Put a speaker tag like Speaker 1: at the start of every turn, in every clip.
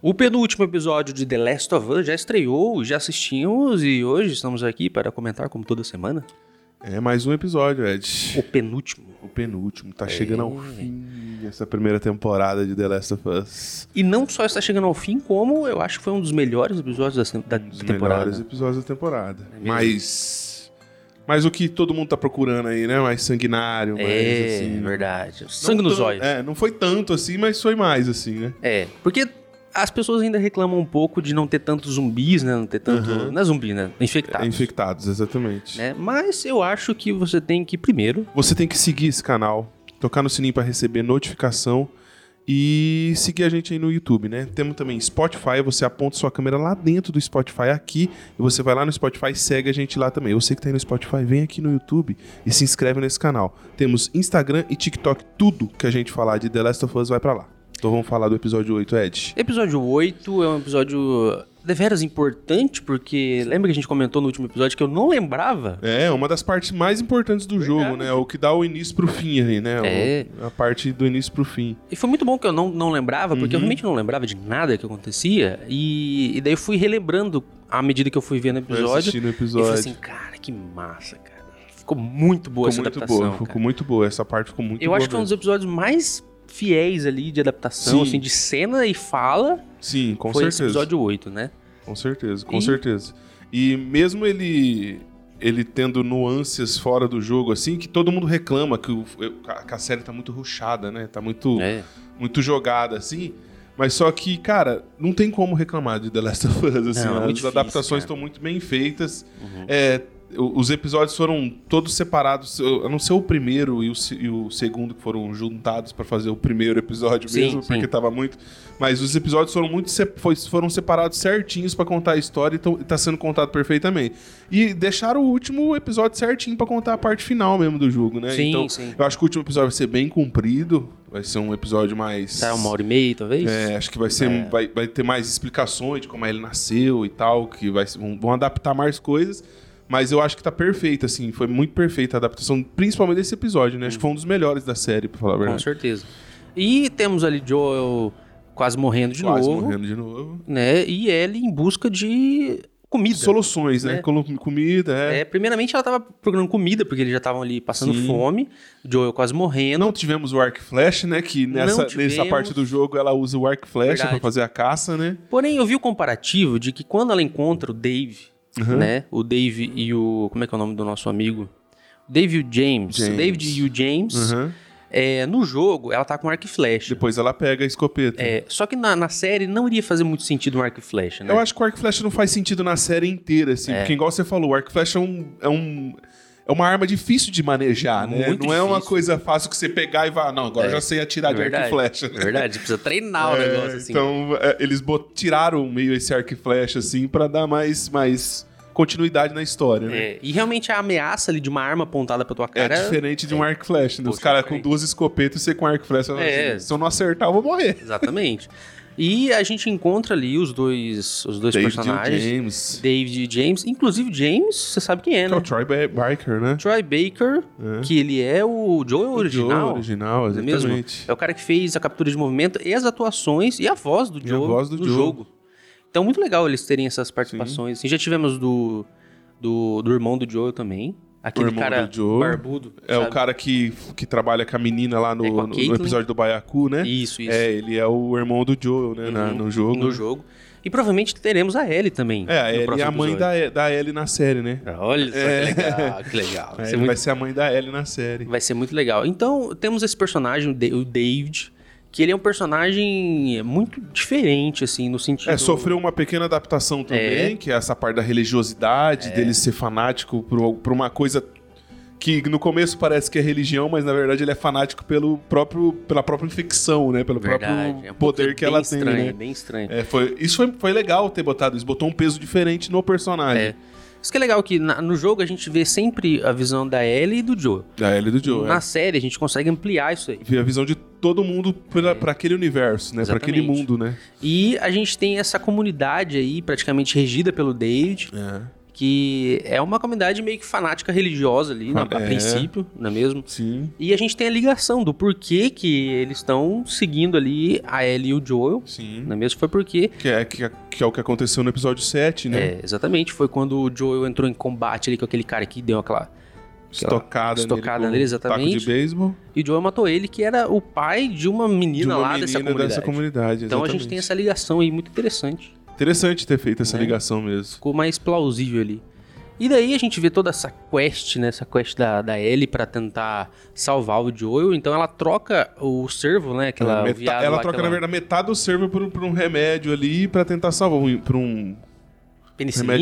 Speaker 1: O penúltimo episódio de The Last of Us já estreou, já assistimos e hoje estamos aqui para comentar como toda semana.
Speaker 2: É mais um episódio, Ed.
Speaker 1: O É. penúltimo.
Speaker 2: O penúltimo. Tá chegando ao fim essa primeira temporada de The Last of Us.
Speaker 1: E não só está chegando ao fim, como eu acho que foi um dos melhores episódios da, se- da
Speaker 2: Um dos
Speaker 1: temporada. É
Speaker 2: melhores episódios da temporada. mas. Mas o que todo mundo tá procurando aí, né? Mais sanguinário, mais
Speaker 1: É,
Speaker 2: assim. né?
Speaker 1: verdade.
Speaker 2: Não
Speaker 1: Sangue nos
Speaker 2: tan-
Speaker 1: olhos.
Speaker 2: É, não foi tanto assim, mas foi mais assim, né?
Speaker 1: É, porque as pessoas ainda reclamam um pouco de não ter tantos zumbis, né? Não ter tanto.
Speaker 2: Uhum.
Speaker 1: Não é zumbi, né? Infectados.
Speaker 2: Infectados, exatamente.
Speaker 1: né? Mas eu acho que você tem que, primeiro,
Speaker 2: Você tem que seguir esse canal, tocar no sininho para receber notificação e seguir a gente aí no YouTube, né? Temos também Spotify, você aponta sua câmera lá dentro do Spotify aqui e você vai lá no Spotify e segue a gente lá também. Você que tá aí no Spotify, vem aqui no YouTube e se inscreve nesse canal. Temos Instagram e TikTok, tudo que a gente falar de The Last of Us vai para lá. Então vamos falar do episódio 8, Ed.
Speaker 1: Episódio 8 é um episódio deveras importante, porque lembra que a gente comentou no último episódio que eu não lembrava?
Speaker 2: É, uma das partes mais importantes do jogo, né? O que dá o início pro fim ali, né? O-
Speaker 1: É.
Speaker 2: a parte do início pro fim.
Speaker 1: E foi muito bom que eu não, não lembrava, porque eu
Speaker 2: Uhum.
Speaker 1: realmente não lembrava de nada que acontecia. E, e daí eu fui relembrando à medida que eu fui vendo o
Speaker 2: Vai
Speaker 1: episódio.
Speaker 2: assistir no
Speaker 1: E falei
Speaker 2: episódio.
Speaker 1: assim, cara, que massa, cara. Ficou muito boa essa
Speaker 2: ficou muito
Speaker 1: adaptação.
Speaker 2: boa,
Speaker 1: cara.
Speaker 2: ficou muito boa. Essa parte ficou muito
Speaker 1: Eu
Speaker 2: boa.
Speaker 1: acho que é um dos
Speaker 2: mesmo.
Speaker 1: episódios mais fiéis ali de adaptação,
Speaker 2: Sim.
Speaker 1: assim, de cena e fala.
Speaker 2: Sim, com
Speaker 1: foi esse
Speaker 2: certeza.
Speaker 1: episódio 8, né?
Speaker 2: Com certeza, com
Speaker 1: E-
Speaker 2: certeza. E mesmo ele ele tendo nuances fora do jogo, assim, que todo mundo reclama que, o- que a série tá muito ruchada, né? Tá muito,
Speaker 1: É.
Speaker 2: muito jogada, assim. Mas só que, cara, não tem como reclamar de The Last of Us, assim.
Speaker 1: Não, é
Speaker 2: as
Speaker 1: muito difícil,
Speaker 2: adaptações
Speaker 1: cara. Uhum.
Speaker 2: estão muito bem feitas. É, o- os episódios foram todos separados, eu- a não ser o primeiro e o, se- e o segundo que foram juntados pra fazer o primeiro episódio
Speaker 1: Sim,
Speaker 2: mesmo,
Speaker 1: sim.
Speaker 2: porque tava muito. Mas os episódios foram muito se- foi- foram separados certinhos pra contar a história e, tão, e tá sendo contado perfeitamente. E deixaram o último episódio certinho pra contar a parte final mesmo do jogo, né?
Speaker 1: Sim,
Speaker 2: então,
Speaker 1: sim.
Speaker 2: eu acho que o último episódio vai ser bem comprido, vai ser um episódio mais
Speaker 1: Tá uma hora e meia, talvez?
Speaker 2: é, acho que vai ser
Speaker 1: É.
Speaker 2: vai, vai ter mais explicações de como ele nasceu e tal, que vai ser- vão, vão adaptar mais coisas, mas eu acho que tá perfeito assim, foi muito perfeita a adaptação, principalmente desse episódio, né? Acho que foi um dos melhores da série, pra falar a
Speaker 1: Com
Speaker 2: verdade.
Speaker 1: certeza. E temos ali Joel quase morrendo de
Speaker 2: Quase
Speaker 1: novo,
Speaker 2: morrendo de novo.
Speaker 1: né? E Ellie em busca de comida.
Speaker 2: Soluções,
Speaker 1: É.
Speaker 2: né? Colo- Comida, é.
Speaker 1: É, primeiramente ela tava procurando comida, porque eles já estavam ali passando
Speaker 2: Sim.
Speaker 1: fome. Joel quase morrendo.
Speaker 2: Não tivemos o arc flash, né? Que
Speaker 1: É. Não
Speaker 2: nessa,
Speaker 1: tivemos.
Speaker 2: nessa parte do jogo ela usa o arc flash
Speaker 1: Verdade.
Speaker 2: pra fazer a caça, né?
Speaker 1: Porém, eu vi o comparativo de que quando ela encontra o Dave, né? O Dave e o. Como é que é o nome do nosso amigo? O Dave e o James.
Speaker 2: James.
Speaker 1: O David e o James.
Speaker 2: Uhum.
Speaker 1: é, no jogo, ela tá com arco e flecha.
Speaker 2: Depois ela pega a escopeta.
Speaker 1: É, só que na, na série não iria fazer muito sentido um arco e flecha, né?
Speaker 2: Eu acho que o Arc Flash não faz sentido na série inteira, assim.
Speaker 1: É.
Speaker 2: Porque, igual você falou, o Arc Flash é um. É um é uma arma difícil de manejar, né?
Speaker 1: Muito
Speaker 2: não é uma
Speaker 1: difícil.
Speaker 2: coisa fácil que você pegar e vá, não,
Speaker 1: É.
Speaker 2: agora eu já sei atirar de arco e flecha.
Speaker 1: É verdade, você precisa treinar o
Speaker 2: É,
Speaker 1: negócio assim.
Speaker 2: Então, é, eles bot- tiraram meio esse arco e flecha, assim, pra dar mais, mais continuidade na história, né?
Speaker 1: É, e realmente a ameaça ali de uma arma apontada pra tua
Speaker 2: É
Speaker 1: cara.
Speaker 2: diferente de um arco e flecha, né? Os
Speaker 1: Poxa,
Speaker 2: caras com
Speaker 1: diferente.
Speaker 2: duas escopetas e você com arco e flecha.
Speaker 1: É.
Speaker 2: assim, se eu não acertar, eu vou morrer.
Speaker 1: Exatamente. E a gente encontra ali os dois, os dois
Speaker 2: David
Speaker 1: personagens,
Speaker 2: James.
Speaker 1: David e James. Inclusive, James, você sabe quem é,
Speaker 2: Que é
Speaker 1: né?
Speaker 2: o Troy Ba- Barker, né?
Speaker 1: Troy Baker,
Speaker 2: É.
Speaker 1: que ele é o Joel original.
Speaker 2: O original,
Speaker 1: não é mesmo?
Speaker 2: exatamente.
Speaker 1: É o cara que fez a captura de movimento e as atuações e a voz do
Speaker 2: a
Speaker 1: Joe
Speaker 2: voz do
Speaker 1: no
Speaker 2: Joe.
Speaker 1: jogo. Então, muito legal eles terem essas participações. Assim, já tivemos do, do, do irmão do Joe também. Aquele
Speaker 2: irmão
Speaker 1: cara
Speaker 2: do Joe.
Speaker 1: barbudo.
Speaker 2: É o
Speaker 1: sabe?
Speaker 2: cara que, que trabalha com a menina lá no,
Speaker 1: É, com a
Speaker 2: no- no
Speaker 1: Caitlyn.
Speaker 2: episódio do Baiacu, né?
Speaker 1: Isso, isso.
Speaker 2: É, ele é o irmão do Joel, né? na- no jogo.
Speaker 1: No jogo. E provavelmente teremos a Ellie também.
Speaker 2: É, a
Speaker 1: no
Speaker 2: Ellie é
Speaker 1: próximo
Speaker 2: a mãe
Speaker 1: episódio.
Speaker 2: da, E- da Ellie na série, né?
Speaker 1: Olha só que legal, que legal. Vai
Speaker 2: É,
Speaker 1: ser,
Speaker 2: ele
Speaker 1: muito,
Speaker 2: vai ser a mãe da Ellie na série.
Speaker 1: vai ser muito legal. Então, temos esse personagem, o Da- o David, que ele é um personagem muito diferente, assim, no sentido...
Speaker 2: É, sofreu uma pequena adaptação também, que é essa parte da
Speaker 1: É.
Speaker 2: religiosidade, dele ser fanático por, por uma coisa que no começo parece que é religião, mas na verdade ele é fanático pelo próprio, pela própria infecção, né? Pelo
Speaker 1: Verdade,
Speaker 2: próprio
Speaker 1: é um
Speaker 2: poder
Speaker 1: pouquinho
Speaker 2: que ela
Speaker 1: bem
Speaker 2: tem,
Speaker 1: estranho,
Speaker 2: né?
Speaker 1: Bem estranho.
Speaker 2: É, foi, isso foi, foi legal ter botado isso, botou um peso diferente no personagem.
Speaker 1: É. Isso que é legal, que na- no jogo a gente vê sempre a visão da Ellie e do Joe.
Speaker 2: Da Ellie e do Joe.
Speaker 1: Na série a gente consegue ampliar isso aí.
Speaker 2: É. Ver a visão de todo mundo pra, pra aquele universo, né? Pra aquele
Speaker 1: Hum. Exatamente.
Speaker 2: mundo, né?
Speaker 1: E a gente tem essa comunidade aí, praticamente regida pelo David,
Speaker 2: É.
Speaker 1: que é uma comunidade meio que fanática religiosa ali, na- a
Speaker 2: É.
Speaker 1: princípio, não é mesmo?
Speaker 2: Sim,
Speaker 1: E a gente tem a ligação do porquê que eles estão seguindo ali a Ellie e o Joel,
Speaker 2: sim.
Speaker 1: não é mesmo? Foi porque...
Speaker 2: Que é, que, é- que é o que aconteceu no episódio 7, né?
Speaker 1: É, exatamente, foi quando o Joel entrou em combate ali com aquele cara que deu aquela...
Speaker 2: Estocada,
Speaker 1: Estocada
Speaker 2: com
Speaker 1: nele,
Speaker 2: um Taco
Speaker 1: exatamente.
Speaker 2: de beisebol.
Speaker 1: E o Joel matou ele, que era o pai de uma menina
Speaker 2: de uma
Speaker 1: lá
Speaker 2: menina
Speaker 1: dessa comunidade.
Speaker 2: dessa comunidade.
Speaker 1: Então a gente
Speaker 2: exatamente.
Speaker 1: tem essa ligação aí muito interessante.
Speaker 2: Interessante ter feito essa
Speaker 1: Né?
Speaker 2: ligação mesmo.
Speaker 1: Ficou mais plausível ali. E daí a gente vê toda essa quest, né? Essa quest da, da Ellie pra tentar salvar o Joel. Então ela troca o servo, né? Aquela, o
Speaker 2: É, Meta-
Speaker 1: viado
Speaker 2: ela
Speaker 1: lá,
Speaker 2: troca, na
Speaker 1: aquela
Speaker 2: verdade, metade do server por, um- por um remédio ali pra tentar salvar um, por um remédio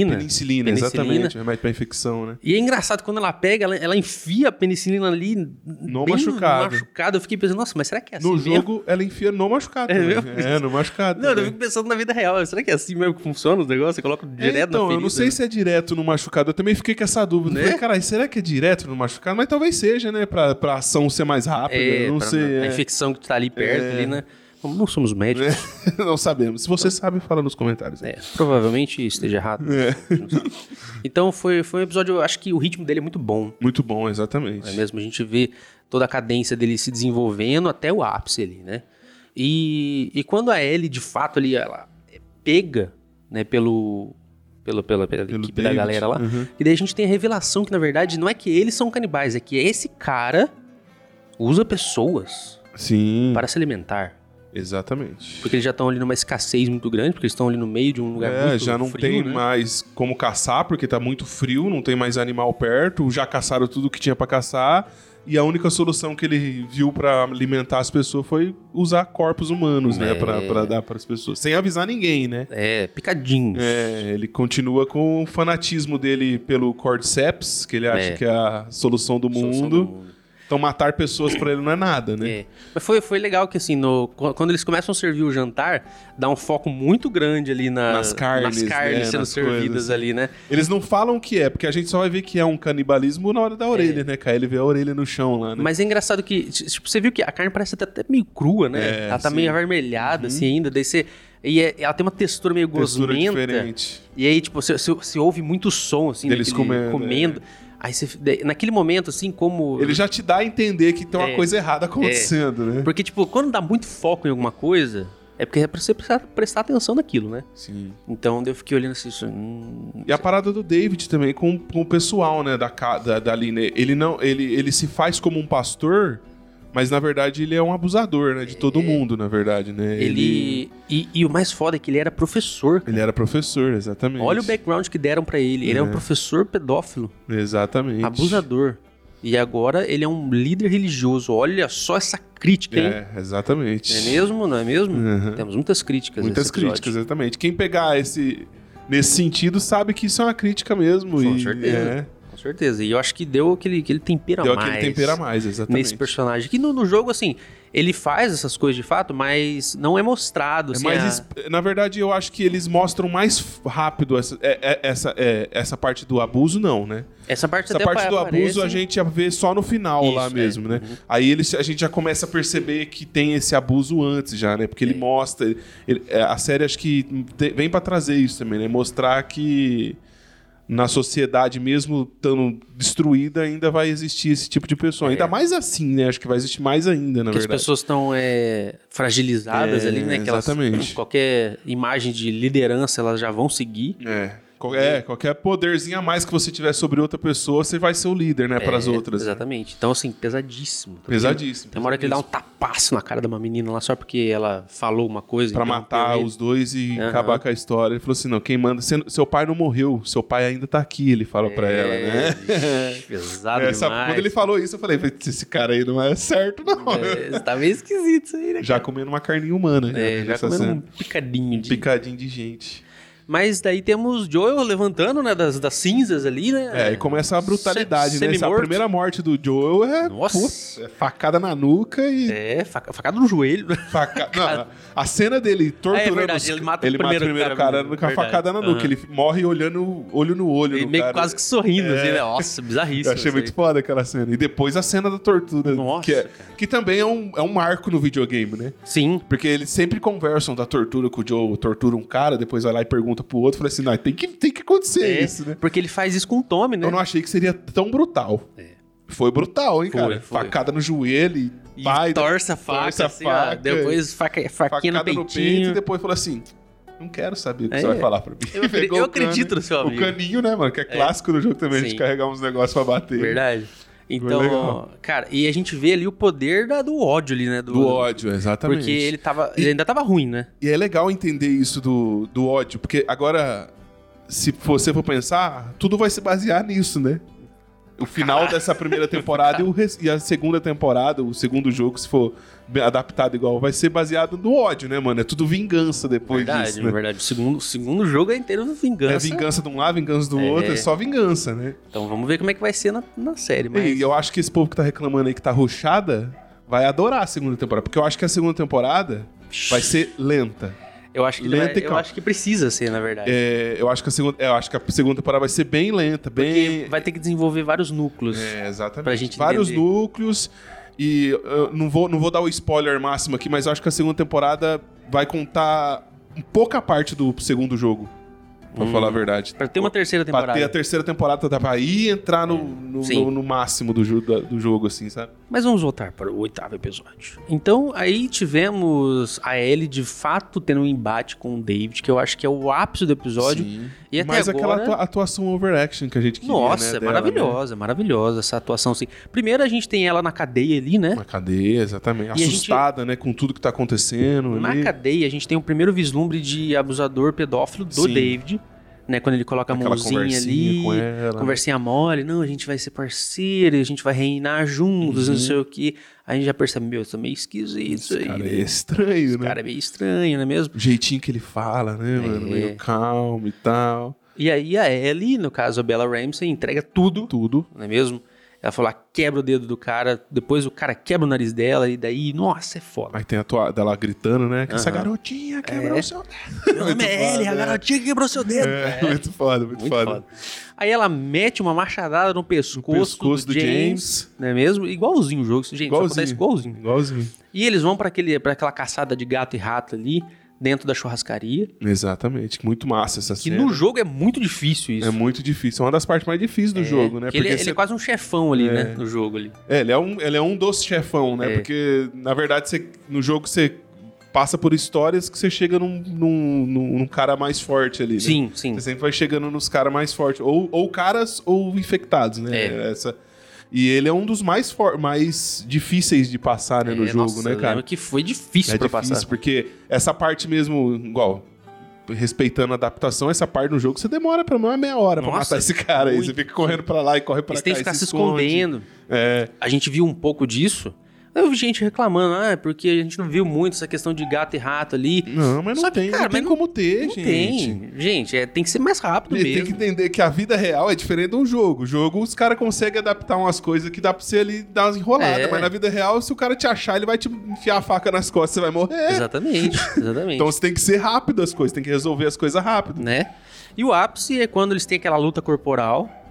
Speaker 1: penicilina.
Speaker 2: penicilina,
Speaker 1: Penicilina.
Speaker 2: exatamente. Remédio pra infecção, né?
Speaker 1: E é engraçado, quando ela pega, ela, ela enfia a penicilina ali.
Speaker 2: No
Speaker 1: bem
Speaker 2: machucado.
Speaker 1: machucado. Eu fiquei pensando, nossa, mas será que é assim
Speaker 2: no
Speaker 1: mesmo?
Speaker 2: jogo, ela enfia no machucado.
Speaker 1: É
Speaker 2: né?
Speaker 1: mesmo?
Speaker 2: é no machucado.
Speaker 1: Não, eu
Speaker 2: também.
Speaker 1: fico pensando na vida real. Será que é assim mesmo que funciona os negócios? Você coloca
Speaker 2: É,
Speaker 1: direto
Speaker 2: então,
Speaker 1: na ferida?
Speaker 2: eu não sei se é direto no machucado. Eu também fiquei com essa dúvida.
Speaker 1: Né?
Speaker 2: Falei, caralho, será que é direto no machucado? Mas talvez seja, né? Pra, pra ação ser mais rápida.
Speaker 1: É,
Speaker 2: eu não
Speaker 1: pra-
Speaker 2: sei.
Speaker 1: A
Speaker 2: é.
Speaker 1: infecção que tá ali perto, ali, né? Não, não somos médicos.
Speaker 2: não sabemos. Se você sabe, fala nos comentários. É,
Speaker 1: É, provavelmente esteja errado. a gente não sabe. Então foi, foi um episódio, eu acho que o ritmo dele é muito bom.
Speaker 2: Muito bom, exatamente.
Speaker 1: Não é mesmo? A gente vê toda a cadência dele se desenvolvendo até o ápice ali, né? E, e quando a Ellie, de fato, ali, ela é pega, né, pelo. Pelo, pela, pela
Speaker 2: Pelo
Speaker 1: equipe da
Speaker 2: David.
Speaker 1: galera lá.
Speaker 2: Uhum.
Speaker 1: E daí a gente tem a revelação que, na verdade, não é que eles são canibais, é que esse cara usa pessoas
Speaker 2: Sim,
Speaker 1: para se alimentar.
Speaker 2: exatamente.
Speaker 1: Porque eles já estão ali numa escassez muito grande, porque eles estão ali no meio de um lugar
Speaker 2: É,
Speaker 1: muito
Speaker 2: já não
Speaker 1: frio,
Speaker 2: tem
Speaker 1: né?
Speaker 2: mais como caçar, porque tá muito frio, não tem mais animal perto, já caçaram tudo que tinha pra caçar, e a única solução que ele viu pra alimentar as pessoas foi usar corpos humanos, né, pra, pra dar pras pessoas, sem avisar ninguém, né?
Speaker 1: É, picadinhos.
Speaker 2: É, ele continua com o fanatismo dele pelo Cordyceps, que ele
Speaker 1: É.
Speaker 2: acha que é a solução do mundo.
Speaker 1: Solução do mundo.
Speaker 2: Então matar pessoas pra ele não é nada, né?
Speaker 1: É. Mas foi, foi legal que, assim, no, qu- quando eles começam a servir o jantar, dá um foco muito grande ali na-
Speaker 2: Nas carnes,
Speaker 1: nas carnes
Speaker 2: né,
Speaker 1: sendo
Speaker 2: nas
Speaker 1: servidas
Speaker 2: coisas.
Speaker 1: ali, né?
Speaker 2: Eles não falam o que é, porque a gente só vai ver que é um canibalismo na hora da
Speaker 1: É.
Speaker 2: orelha, né, cara? Ele vê a orelha no chão lá, né?
Speaker 1: Mas é engraçado que, t- tipo, você viu que a carne parece até, até meio crua, né?
Speaker 2: É,
Speaker 1: ela tá
Speaker 2: sim. Uhum.
Speaker 1: meio avermelhada, assim, ainda. Daí você... E é- ela tem uma textura meio
Speaker 2: Textura
Speaker 1: gosmenta.
Speaker 2: diferente.
Speaker 1: E aí, tipo, você, você- você ouve muito som, assim,
Speaker 2: Deles
Speaker 1: daquele-
Speaker 2: comendo, é.
Speaker 1: Aí você... daí- Naquele momento, assim, como...
Speaker 2: Ele já te dá a entender que tem uma
Speaker 1: É.
Speaker 2: coisa errada acontecendo, né?
Speaker 1: Porque, tipo, quando dá muito foco em alguma coisa, é porque é pra você prestar, prestar atenção naquilo, né?
Speaker 2: Sim.
Speaker 1: Então daí eu fiquei olhando assim, isso, hum,
Speaker 2: E a parada do David também com, com o pessoal, né, da, ca- da, dali, né? Ele não. Ele, ele se faz como um pastor, mas na verdade ele é um abusador, né? De todo mundo, na verdade, né?
Speaker 1: É. ele. E, e o mais foda é que ele era professor.
Speaker 2: Ele era professor, exatamente.
Speaker 1: Olha o background que deram pra ele. Ele é, um professor pedófilo,
Speaker 2: Exatamente.
Speaker 1: abusador. E agora ele é um líder religioso. Olha só essa crítica, hein?
Speaker 2: É, exatamente.
Speaker 1: Não é mesmo? Não é mesmo?
Speaker 2: Uhum.
Speaker 1: Temos muitas críticas.
Speaker 2: Muitas
Speaker 1: nesse episódio.
Speaker 2: críticas, exatamente. Quem pegar esse nesse sentido sabe que isso é uma crítica mesmo.
Speaker 1: Com
Speaker 2: e,
Speaker 1: certeza.
Speaker 2: é,
Speaker 1: Com certeza. E eu acho que deu aquele, aquele tempero
Speaker 2: deu
Speaker 1: a mais.
Speaker 2: aquele tempero a mais, exatamente.
Speaker 1: nesse personagem. Que no, no jogo, assim, ele faz essas coisas de fato, mas não é mostrado.
Speaker 2: É
Speaker 1: Assim,
Speaker 2: mais
Speaker 1: a-
Speaker 2: es- Na verdade, eu acho que eles mostram mais f- rápido essa, é- é- essa, é, essa parte do abuso, não, né?
Speaker 1: Essa parte
Speaker 2: Essa
Speaker 1: até
Speaker 2: parte
Speaker 1: apa-
Speaker 2: do
Speaker 1: aparece, né?
Speaker 2: abuso a gente vê só no final
Speaker 1: Isso,
Speaker 2: lá
Speaker 1: é.
Speaker 2: mesmo, né? Aí eles, a gente já começa a perceber que tem esse abuso antes já, né? Porque
Speaker 1: É.
Speaker 2: ele mostra. ele- é, a série acho que te- vem pra trazer isso também, né? Mostrar que na sociedade, mesmo estando destruída, ainda vai existir esse tipo de pessoa. Ainda mais assim, né? Acho que vai existir mais ainda, na
Speaker 1: É. Que as
Speaker 2: verdade.
Speaker 1: pessoas estão é, fragilizadas
Speaker 2: É,
Speaker 1: ali, né? Que elas-
Speaker 2: exatamente.
Speaker 1: qualquer imagem de liderança elas já vão seguir.
Speaker 2: É. Qual- é, qualquer poderzinho a mais que você tiver sobre outra pessoa, você vai ser o líder, né? Para as
Speaker 1: É,
Speaker 2: outras.
Speaker 1: Exatamente. Então, assim, pesadíssimo.
Speaker 2: Pesadíssimo.
Speaker 1: Tem uma hora que ele dá um tapaço na cara de uma menina lá só porque ela falou uma coisa.
Speaker 2: Pra
Speaker 1: interrompeu
Speaker 2: matar
Speaker 1: ele.
Speaker 2: os dois e
Speaker 1: um Aham.
Speaker 2: acabar com a história. Ele falou assim: não, quem manda. "Seu- Seu pai não morreu, seu pai ainda tá aqui, ele fala pra ela,
Speaker 1: É,
Speaker 2: né?
Speaker 1: vixe, Pesado
Speaker 2: Essa-
Speaker 1: demais.
Speaker 2: quando ele falou isso, eu falei: "Putz, esse cara aí não é certo, não.
Speaker 1: É, tá meio esquisito isso aí, né?
Speaker 2: Já comendo uma carninha humana. né?
Speaker 1: É, já
Speaker 2: nessa
Speaker 1: comendo
Speaker 2: cena.
Speaker 1: um picadinho de
Speaker 2: Picadinho de gente.
Speaker 1: Mas daí temos Joel levantando, né, das, das cinzas ali, né?
Speaker 2: É, e começa a brutalidade,
Speaker 1: Se-
Speaker 2: né? Essa
Speaker 1: semi-morto.
Speaker 2: primeira morte do Joel é,
Speaker 1: Nossa.
Speaker 2: putz, é facada na nuca e
Speaker 1: É, faca- facada no joelho. né?
Speaker 2: Faca... Não, a cena dele torturando.
Speaker 1: É verdade,
Speaker 2: os-
Speaker 1: ele mata o primeiro cara
Speaker 2: cara, com a
Speaker 1: mesmo, verdade.
Speaker 2: facada na nuca.
Speaker 1: Aham.
Speaker 2: Ele morre olhando olho no olho.
Speaker 1: Ele
Speaker 2: no
Speaker 1: meio
Speaker 2: cara.
Speaker 1: quase que sorrindo,
Speaker 2: É.
Speaker 1: assim, né? Nossa, bizarríssimo. assim.
Speaker 2: Eu achei
Speaker 1: isso
Speaker 2: muito
Speaker 1: aí.
Speaker 2: foda aquela cena. E depois a cena da tortura.
Speaker 1: Nossa,
Speaker 2: que, é-
Speaker 1: cara.
Speaker 2: que também é um, é um marco no videogame, né?
Speaker 1: Sim.
Speaker 2: Porque eles sempre conversam da tortura que o Joe tortura um cara, depois vai lá e pergunta pergunta pro outro. Falei assim, não, tem que, tem que acontecer
Speaker 1: É,
Speaker 2: isso, né?
Speaker 1: Porque ele faz isso com o Tommy, né?
Speaker 2: Eu não achei que seria tão brutal.
Speaker 1: É.
Speaker 2: Foi brutal, hein,
Speaker 1: Foi,
Speaker 2: cara?
Speaker 1: foi.
Speaker 2: Facada no joelho e
Speaker 1: E
Speaker 2: é pai, né?
Speaker 1: torce a faca,
Speaker 2: torce a
Speaker 1: assim, ó,
Speaker 2: faca, é.
Speaker 1: depois faca, faquinha
Speaker 2: facada
Speaker 1: no
Speaker 2: no peito
Speaker 1: peitinho.
Speaker 2: e depois falou assim: não quero saber o que
Speaker 1: É.
Speaker 2: você vai falar pra mim.
Speaker 1: Eu acre-
Speaker 2: Pegou
Speaker 1: eu
Speaker 2: o cano,
Speaker 1: acredito no seu amigo.
Speaker 2: O caninho, né, mano? Que é clássico no jogo também, a gente
Speaker 1: Sim.
Speaker 2: carregar uns negócios pra bater.
Speaker 1: Verdade. Então,
Speaker 2: legal.
Speaker 1: cara, e a gente vê ali o poder da- do ódio ali, né?
Speaker 2: Do ódio, exatamente.
Speaker 1: Porque ele tava. Ele ainda tava ruim, né?
Speaker 2: E é legal entender isso do, do ódio, porque agora, se você for pensar, tudo vai se basear nisso, né? O final dessa primeira temporada e, o res- e a segunda temporada, o segundo jogo, se for bem adaptado igual, vai ser baseado no ódio, né, mano? É tudo vingança depois
Speaker 1: verdade,
Speaker 2: disso, né?
Speaker 1: verdade. O segundo, o segundo jogo é inteiro vingança.
Speaker 2: É vingança de um lado, vingança do
Speaker 1: É.
Speaker 2: outro, é só vingança, né?
Speaker 1: Então vamos ver como é que vai ser na, na série. Mas...
Speaker 2: E eu acho que esse povo que tá reclamando aí que tá ruxada vai adorar a segunda temporada, porque eu acho que a segunda temporada vai ser lenta.
Speaker 1: Eu acho que ele
Speaker 2: Lenta
Speaker 1: vai-
Speaker 2: e
Speaker 1: eu
Speaker 2: calma.
Speaker 1: acho que precisa ser, na verdade.
Speaker 2: É, eu acho que a segunda, eu acho que a segunda temporada vai ser bem lenta, bem
Speaker 1: Porque vai ter que desenvolver vários núcleos.
Speaker 2: É, exatamente.
Speaker 1: Pra gente
Speaker 2: Vários
Speaker 1: entender.
Speaker 2: núcleos. E eu não vou, não vou dar o spoiler máximo aqui, mas eu acho que a segunda temporada vai contar um pouca parte do segundo jogo. Pra falar a verdade.
Speaker 1: Pra ter uma Hum. terceira
Speaker 2: Pra
Speaker 1: temporada.
Speaker 2: ter a terceira temporada dá pra ir e entrar no, no,
Speaker 1: Sim.
Speaker 2: no- no máximo do, ju- da- do jogo, assim, sabe?
Speaker 1: Mas vamos voltar para o oitavo episódio. Então, aí tivemos a Ellie de fato tendo um embate com o David, que eu acho que é o ápice do episódio.
Speaker 2: Sim.
Speaker 1: E até
Speaker 2: mas
Speaker 1: agora...
Speaker 2: aquela atua- atuação overaction que a gente queria,
Speaker 1: Nossa,
Speaker 2: né,
Speaker 1: é
Speaker 2: dela, né?
Speaker 1: maravilhosa, maravilhosa essa atuação. Assim. Primeiro a gente tem ela na cadeia ali, né?
Speaker 2: Na cadeia, exatamente.
Speaker 1: E a gente-
Speaker 2: Assustada, né, com tudo que tá acontecendo.
Speaker 1: Na
Speaker 2: ali.
Speaker 1: cadeia a gente tem o primeiro vislumbre de abusador pedófilo do
Speaker 2: Sim.
Speaker 1: David, né? Quando ele coloca a
Speaker 2: Aquela
Speaker 1: mãozinha
Speaker 2: conversinha
Speaker 1: ali,
Speaker 2: com ela. né?
Speaker 1: conversinha mole, não, a gente vai ser parceiro, a gente vai reinar juntos, não sei o que. A gente já percebe, meu, isso é meio esquisito
Speaker 2: Uhum. Esse
Speaker 1: aí.
Speaker 2: cara
Speaker 1: né?
Speaker 2: é estranho,
Speaker 1: Esse
Speaker 2: né?
Speaker 1: cara é meio estranho, não é mesmo?
Speaker 2: O jeitinho que ele fala, né, mano? Meio calmo e tal.
Speaker 1: E aí a Ellie, no caso a Bella Ramsey, entrega tudo,
Speaker 2: Tudo.
Speaker 1: não é mesmo? Ela falou, "Ah, quebra o dedo do cara, depois o cara quebra o nariz dela, e daí, nossa, é foda.
Speaker 2: Aí tem a tua dela gritando, né? Que essa
Speaker 1: Aham.
Speaker 2: garotinha quebrou
Speaker 1: É.
Speaker 2: o seu dedo.
Speaker 1: Meu nome é Ellie, a garotinha que quebrou seu dedo.
Speaker 2: né? É, muito foda, muito,
Speaker 1: Muito
Speaker 2: foda.
Speaker 1: foda. Aí ela mete uma machadada no pescoço,
Speaker 2: pescoço
Speaker 1: do,
Speaker 2: do
Speaker 1: James,
Speaker 2: James.
Speaker 1: Não é mesmo? Igualzinho o jogo. Gente, igualzinho. acontece igualzinho.
Speaker 2: Igualzinho.
Speaker 1: E eles vão pra aquele- pra aquela caçada de gato e rato ali, dentro da churrascaria.
Speaker 2: Exatamente. Muito massa essa
Speaker 1: Que
Speaker 2: cena.
Speaker 1: no jogo é muito difícil isso.
Speaker 2: É muito difícil. É uma das partes mais difíceis do jogo, né?
Speaker 1: Porque ele,
Speaker 2: Porque
Speaker 1: ele
Speaker 2: cê-
Speaker 1: é quase um chefão ali,
Speaker 2: É.
Speaker 1: né? No jogo ali.
Speaker 2: É, ele é um, ele é um doce chefão, né?
Speaker 1: É.
Speaker 2: Porque, na verdade, você- no jogo você passa por histórias que você chega num, num, num- num cara mais forte ali, né?
Speaker 1: Sim, sim.
Speaker 2: Você sempre vai chegando nos caras mais fortes. Ou, ou caras ou infectados, né?
Speaker 1: É.
Speaker 2: Essa... E ele é um dos mais, for... mais difíceis de passar né, no
Speaker 1: É,
Speaker 2: jogo,
Speaker 1: nossa,
Speaker 2: né,
Speaker 1: eu
Speaker 2: cara?
Speaker 1: lembro que foi difícil
Speaker 2: é
Speaker 1: pra
Speaker 2: difícil,
Speaker 1: passar.
Speaker 2: porque essa parte mesmo, igual, respeitando a adaptação, essa parte do jogo você demora pelo menos uma meia hora pra
Speaker 1: Nossa,
Speaker 2: matar esse cara. Aí você
Speaker 1: muito.
Speaker 2: fica correndo pra lá e corre pra
Speaker 1: Eles
Speaker 2: cá.
Speaker 1: têm que
Speaker 2: e
Speaker 1: ficar se
Speaker 2: esconde.
Speaker 1: escondendo.
Speaker 2: É,
Speaker 1: A gente viu um pouco disso. Eu vi gente reclamando, ah, é porque a gente não viu muito essa questão de gato e rato ali.
Speaker 2: não, mas não
Speaker 1: Só que,
Speaker 2: tem,
Speaker 1: cara,
Speaker 2: não
Speaker 1: mas
Speaker 2: tem
Speaker 1: não-
Speaker 2: como ter,
Speaker 1: Não
Speaker 2: gente.
Speaker 1: tem. Gente, é, tem que ser mais rápido
Speaker 2: Ele tem
Speaker 1: mesmo.
Speaker 2: que entender que a vida real é diferente do jogo. O jogo, os caras conseguem adaptar umas coisas que dá pra você ali dar umas enroladas.
Speaker 1: É.
Speaker 2: Mas na vida real, se o cara te achar, ele vai te enfiar a faca nas costas, você vai morrer.
Speaker 1: Exatamente, exatamente.
Speaker 2: Então você tem que ser rápido as coisas, tem que resolver as coisas rápido.
Speaker 1: né? E o ápice é quando eles têm aquela luta corporal,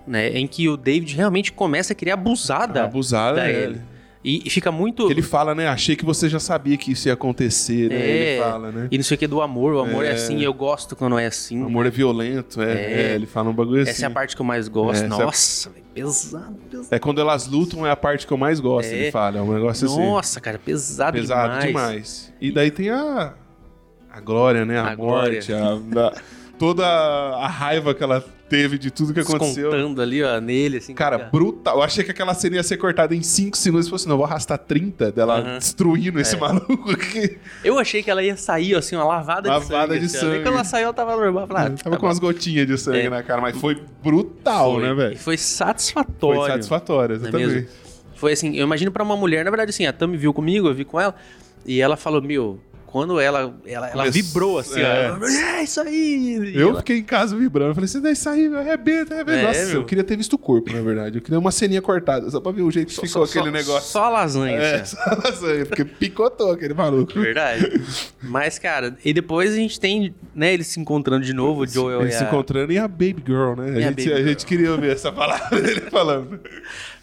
Speaker 1: né? Em que o David realmente começa a querer abusar da,
Speaker 2: Abusada,
Speaker 1: da
Speaker 2: é.
Speaker 1: Ellie. E, e fica muito...
Speaker 2: Que Ele fala, né? Achei que você já sabia que isso ia acontecer, né?
Speaker 1: É.
Speaker 2: Ele fala, né?
Speaker 1: E não sei o que do amor. O amor é,
Speaker 2: É.
Speaker 1: assim, eu gosto quando é assim.
Speaker 2: O amor é violento, é.
Speaker 1: É.
Speaker 2: é, ele fala um bagulho assim.
Speaker 1: Essa é a parte que eu mais gosto.
Speaker 2: É, essa é a-
Speaker 1: Nossa, velho, pesado, pesado.
Speaker 2: É quando elas lutam, é a parte que eu mais gosto,
Speaker 1: É.
Speaker 2: ele fala. É um negócio assim.
Speaker 1: Nossa, cara, pesado,
Speaker 2: Pesado
Speaker 1: demais.
Speaker 2: demais. E daí tem a. A glória, né? A,
Speaker 1: A
Speaker 2: morte, a- a- toda a raiva que ela teve de tudo que aconteceu.
Speaker 1: Descontando ali, ó, nele, assim.
Speaker 2: Cara,
Speaker 1: cara.
Speaker 2: brutal. Eu achei que aquela cena ia ser cortada em 5 segundos. Eu falei assim, não, eu vou arrastar 30 dela
Speaker 1: Aham. É.
Speaker 2: destruindo esse maluco aqui.
Speaker 1: Eu achei que ela ia sair, assim, uma lavada,
Speaker 2: Lavada
Speaker 1: de sangue.
Speaker 2: de
Speaker 1: assim, ó. Nem
Speaker 2: sangue.
Speaker 1: quando ela saiu, ela tava normal. Eu Falei, ah,
Speaker 2: Tava
Speaker 1: tá
Speaker 2: com
Speaker 1: bom.
Speaker 2: umas gotinhas de sangue
Speaker 1: É.
Speaker 2: na cara, mas foi brutal,
Speaker 1: Foi.
Speaker 2: né,
Speaker 1: E
Speaker 2: velho?
Speaker 1: Foi satisfatório.
Speaker 2: Foi satisfatório,
Speaker 1: não é mesmo?
Speaker 2: exatamente.
Speaker 1: Foi assim, eu imagino pra uma mulher, na verdade, assim, a Tami viu comigo, eu vi com ela, e ela falou, meu, quando ela, ela, ela
Speaker 2: Começou-
Speaker 1: vibrou assim,
Speaker 2: é.
Speaker 1: é. é isso aí! E
Speaker 2: Eu
Speaker 1: ela-
Speaker 2: fiquei em casa vibrando. Falei, você daí saiu, arrebenta, arrebenta.
Speaker 1: É,
Speaker 2: Nossa,
Speaker 1: meu.
Speaker 2: eu queria ter visto o corpo, na verdade. Eu queria uma ceninha cortada, só pra ver o jeito que ficou aquele negócio.
Speaker 1: Só a lasanha,
Speaker 2: É,
Speaker 1: assim,
Speaker 2: só É. lasanha, porque picotou aquele maluco.
Speaker 1: ó. verdade. Mas, cara, e depois a gente tem né, eles se encontrando de novo, o Joel
Speaker 2: Eles
Speaker 1: e
Speaker 2: se
Speaker 1: a-
Speaker 2: encontrando e a Baby Girl, né?
Speaker 1: E a
Speaker 2: A, gente,
Speaker 1: Baby
Speaker 2: a
Speaker 1: Girl.
Speaker 2: gente queria ouvir essa palavra dele falando.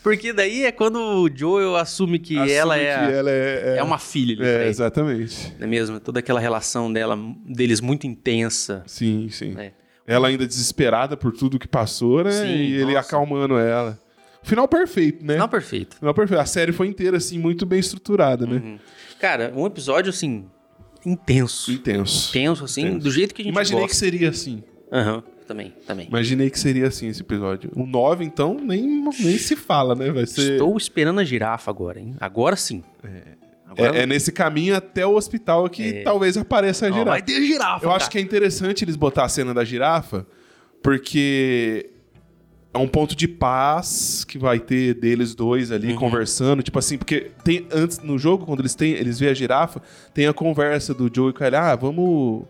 Speaker 1: Porque daí é quando o Joel assume que
Speaker 2: Assume
Speaker 1: ela é, a-
Speaker 2: que ela é,
Speaker 1: é uma filha ali
Speaker 2: é,
Speaker 1: pra ele,
Speaker 2: exatamente.
Speaker 1: não é mesmo? Toda aquela relação dela, deles muito intensa.
Speaker 2: Sim, sim.
Speaker 1: É.
Speaker 2: Ela ainda desesperada por tudo que passou, né?
Speaker 1: Sim,
Speaker 2: e ele
Speaker 1: nossa.
Speaker 2: acalmando ela. Final perfeito, né?
Speaker 1: Não, perfeito.
Speaker 2: Final perfeito. A série foi inteira, assim, muito bem estruturada,
Speaker 1: Uhum.
Speaker 2: né?
Speaker 1: Cara, um episódio, assim, intenso.
Speaker 2: Intenso.
Speaker 1: Intenso, assim,
Speaker 2: Intenso.
Speaker 1: do jeito que a gente
Speaker 2: Imaginei que
Speaker 1: gosta.
Speaker 2: seria assim.
Speaker 1: Aham, também, também.
Speaker 2: Imaginei que seria assim esse episódio. O 9, então, nem, nem se fala, né? Vai ser.
Speaker 1: Estou esperando a girafa agora, hein? Agora sim. Agora- É.
Speaker 2: É, é nesse caminho até o hospital que talvez apareça a
Speaker 1: Ó,
Speaker 2: girafa.
Speaker 1: vai ter girafa,
Speaker 2: Eu
Speaker 1: cara.
Speaker 2: acho que é interessante eles botar a cena da girafa, porque é um ponto de paz que vai ter deles dois ali
Speaker 1: Uhum.
Speaker 2: conversando, tipo assim, porque tem antes no jogo quando eles têm, eles veem a girafa, tem a conversa do Joe com ela, ah, vamos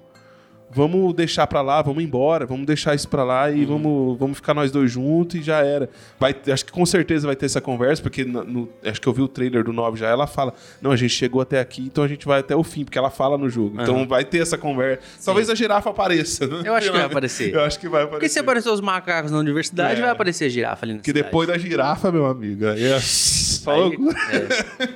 Speaker 2: vamos deixar pra lá, vamos embora, vamos deixar isso pra lá
Speaker 1: Uhum.
Speaker 2: e vamos, vamos ficar nós dois juntos e já era. Vai, acho que com certeza vai ter essa conversa, porque na- no- acho que eu vi o trailer do 9 já, ela fala, não, a gente chegou até aqui, então a gente vai até o fim, porque ela fala no jogo. Então vai ter essa conversa. Talvez a girafa apareça. né?
Speaker 1: Eu acho que vai aparecer.
Speaker 2: Eu acho que vai
Speaker 1: Porque se
Speaker 2: aparecer. Porque,
Speaker 1: aparecer os macacos na universidade,
Speaker 2: É.
Speaker 1: vai aparecer a girafa ali na cidade.
Speaker 2: depois da girafa, meu amigo, aí é só
Speaker 1: Aí-
Speaker 2: loucura.
Speaker 1: é.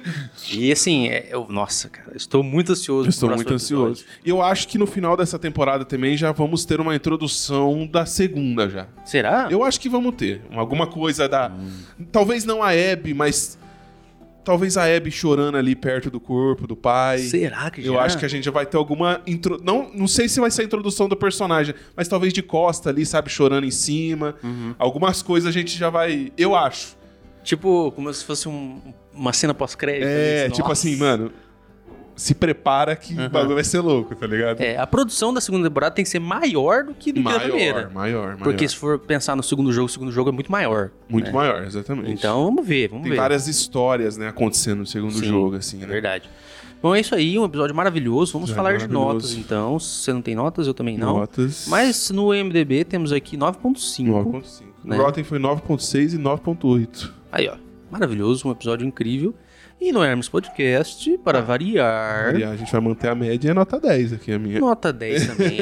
Speaker 1: E assim, é- eu, nossa, cara, eu estou muito ansioso.
Speaker 2: Eu estou
Speaker 1: pro
Speaker 2: muito
Speaker 1: próximo
Speaker 2: ansioso. E eu acho que no final dessa temporada também já vamos ter uma introdução da segunda já.
Speaker 1: episódio. Será?
Speaker 2: Eu acho que vamos ter. Alguma coisa da. Talvez não a Abby, mas. Talvez a Abby chorando ali perto do corpo do pai.
Speaker 1: Será que já?
Speaker 2: Eu acho que a gente já vai ter alguma. Intro... Não, não sei se vai ser a introdução do personagem, mas talvez de costa ali, sabe? Chorando em cima.
Speaker 1: Uhum.
Speaker 2: Algumas coisas a gente já vai. Eu acho.
Speaker 1: Tipo, como se fosse um- uma cena pós-crédito.
Speaker 2: É,
Speaker 1: né?
Speaker 2: tipo
Speaker 1: Nossa.
Speaker 2: assim, mano. Se prepara que o bagulho vai ser louco, tá ligado?
Speaker 1: É, a produção da segunda temporada tem que ser maior do que, do que a primeira.
Speaker 2: maior, maior.
Speaker 1: Porque se for pensar no segundo jogo, o segundo jogo é muito maior.
Speaker 2: Muito maior, exatamente.
Speaker 1: Então vamos ver, vamos
Speaker 2: Tem
Speaker 1: ver.
Speaker 2: várias histórias, né, acontecendo no segundo
Speaker 1: Sim,
Speaker 2: jogo, assim,
Speaker 1: É
Speaker 2: né?
Speaker 1: verdade. Bom, é isso aí, um episódio maravilhoso. Vamos
Speaker 2: Episódio
Speaker 1: falar de
Speaker 2: maravilhoso.
Speaker 1: notas, então. Se você não tem notas, eu também não.
Speaker 2: Notas.
Speaker 1: Mas no MDB temos aqui 9.5.
Speaker 2: 9.5.
Speaker 1: né?
Speaker 2: O Rotten foi 9.6 e 9.8.
Speaker 1: Aí, ó. Maravilhoso, um episódio incrível. E no Hermes Podcast,
Speaker 2: Ah.
Speaker 1: para variar,
Speaker 2: E a gente vai manter a média e é nota 10 aqui, a minha.
Speaker 1: nota 10 também.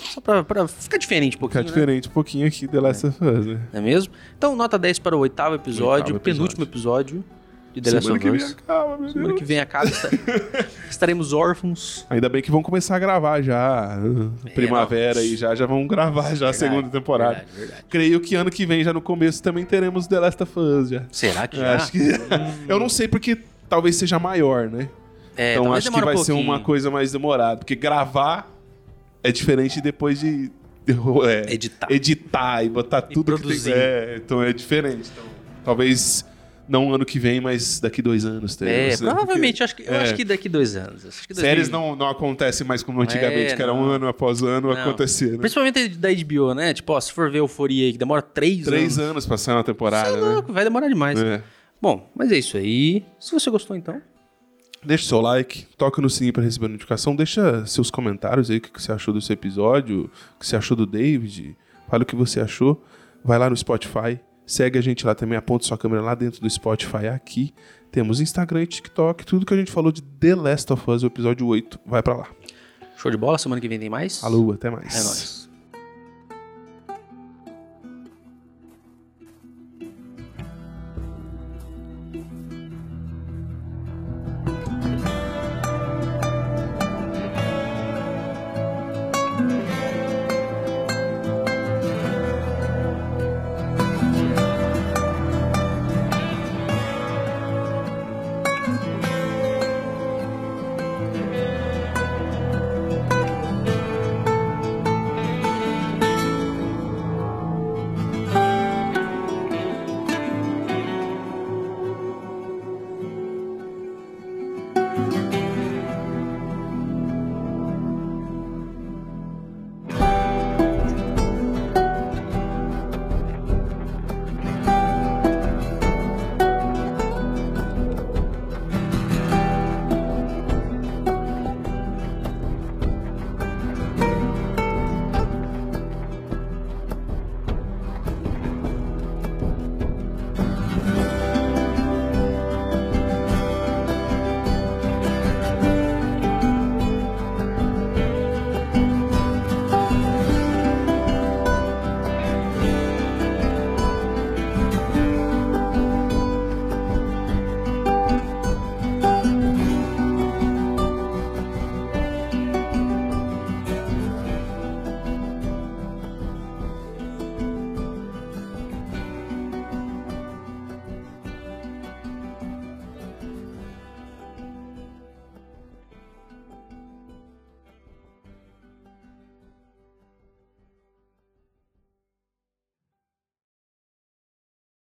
Speaker 1: Só pra, pra ficar diferente um
Speaker 2: Fica
Speaker 1: pouquinho, né?
Speaker 2: diferente um pouquinho aqui The Last of Us, né?
Speaker 1: Não é mesmo? Então, nota 10 para o oitavo episódio,
Speaker 2: Oitavo episódio.
Speaker 1: penúltimo episódio de The Last
Speaker 2: Semana
Speaker 1: of
Speaker 2: que vem
Speaker 1: Us.
Speaker 2: acaba, meu
Speaker 1: Semana
Speaker 2: Deus.
Speaker 1: que vem acaba, esta- estaremos órfãos.
Speaker 2: Ainda bem que vão começar a gravar
Speaker 1: É,
Speaker 2: já. Primavera e já, já vão gravar já a segunda temporada.
Speaker 1: Verdade, verdade.
Speaker 2: Creio que ano que vem, já no começo, também teremos The Last of Us já.
Speaker 1: Será que
Speaker 2: Eu
Speaker 1: já?
Speaker 2: É, Acho que... Eu não sei porque talvez seja maior, né?
Speaker 1: É,
Speaker 2: então
Speaker 1: talvez
Speaker 2: acho que
Speaker 1: demore um
Speaker 2: vai ser
Speaker 1: pouquinho.
Speaker 2: uma coisa mais demorada. Porque gravar é diferente depois de. é,
Speaker 1: Editar.
Speaker 2: editar e botar tudo
Speaker 1: produzir.
Speaker 2: que tem. É, então é diferente. Então, talvez não ano que vem, mas daqui dois anos
Speaker 1: É,
Speaker 2: teremos. né?
Speaker 1: provavelmente, acho que, eu
Speaker 2: é.
Speaker 1: acho que daqui dois anos. Acho que
Speaker 2: Porque séries
Speaker 1: 2020.
Speaker 2: não, não acontecem mais como antigamente,
Speaker 1: É,
Speaker 2: que era um
Speaker 1: não.
Speaker 2: ano após ano
Speaker 1: Não.
Speaker 2: acontecer, né?
Speaker 1: Principalmente da HBO, né? Tipo, ó, se for ver Euforia aí, que demora três,
Speaker 2: Três anos pra sair uma temporada,
Speaker 1: Tá louco, vai demorar demais.
Speaker 2: né? É.
Speaker 1: Bom, mas é isso aí. Se você gostou, então.
Speaker 2: Deixa o seu like, toca no sininho pra receber a notificação, deixa seus comentários aí, o que que você achou desse episódio, o que você achou do David, fala o que você achou, vai lá no Spotify, segue a gente lá também, aponta sua câmera lá dentro do Spotify aqui. Temos Instagram e TikTok, tudo que a gente falou de The Last of Us, o episódio 8, vai pra lá.
Speaker 1: Show de bola, semana que vem tem mais.
Speaker 2: Alô, até mais.
Speaker 1: É nóis.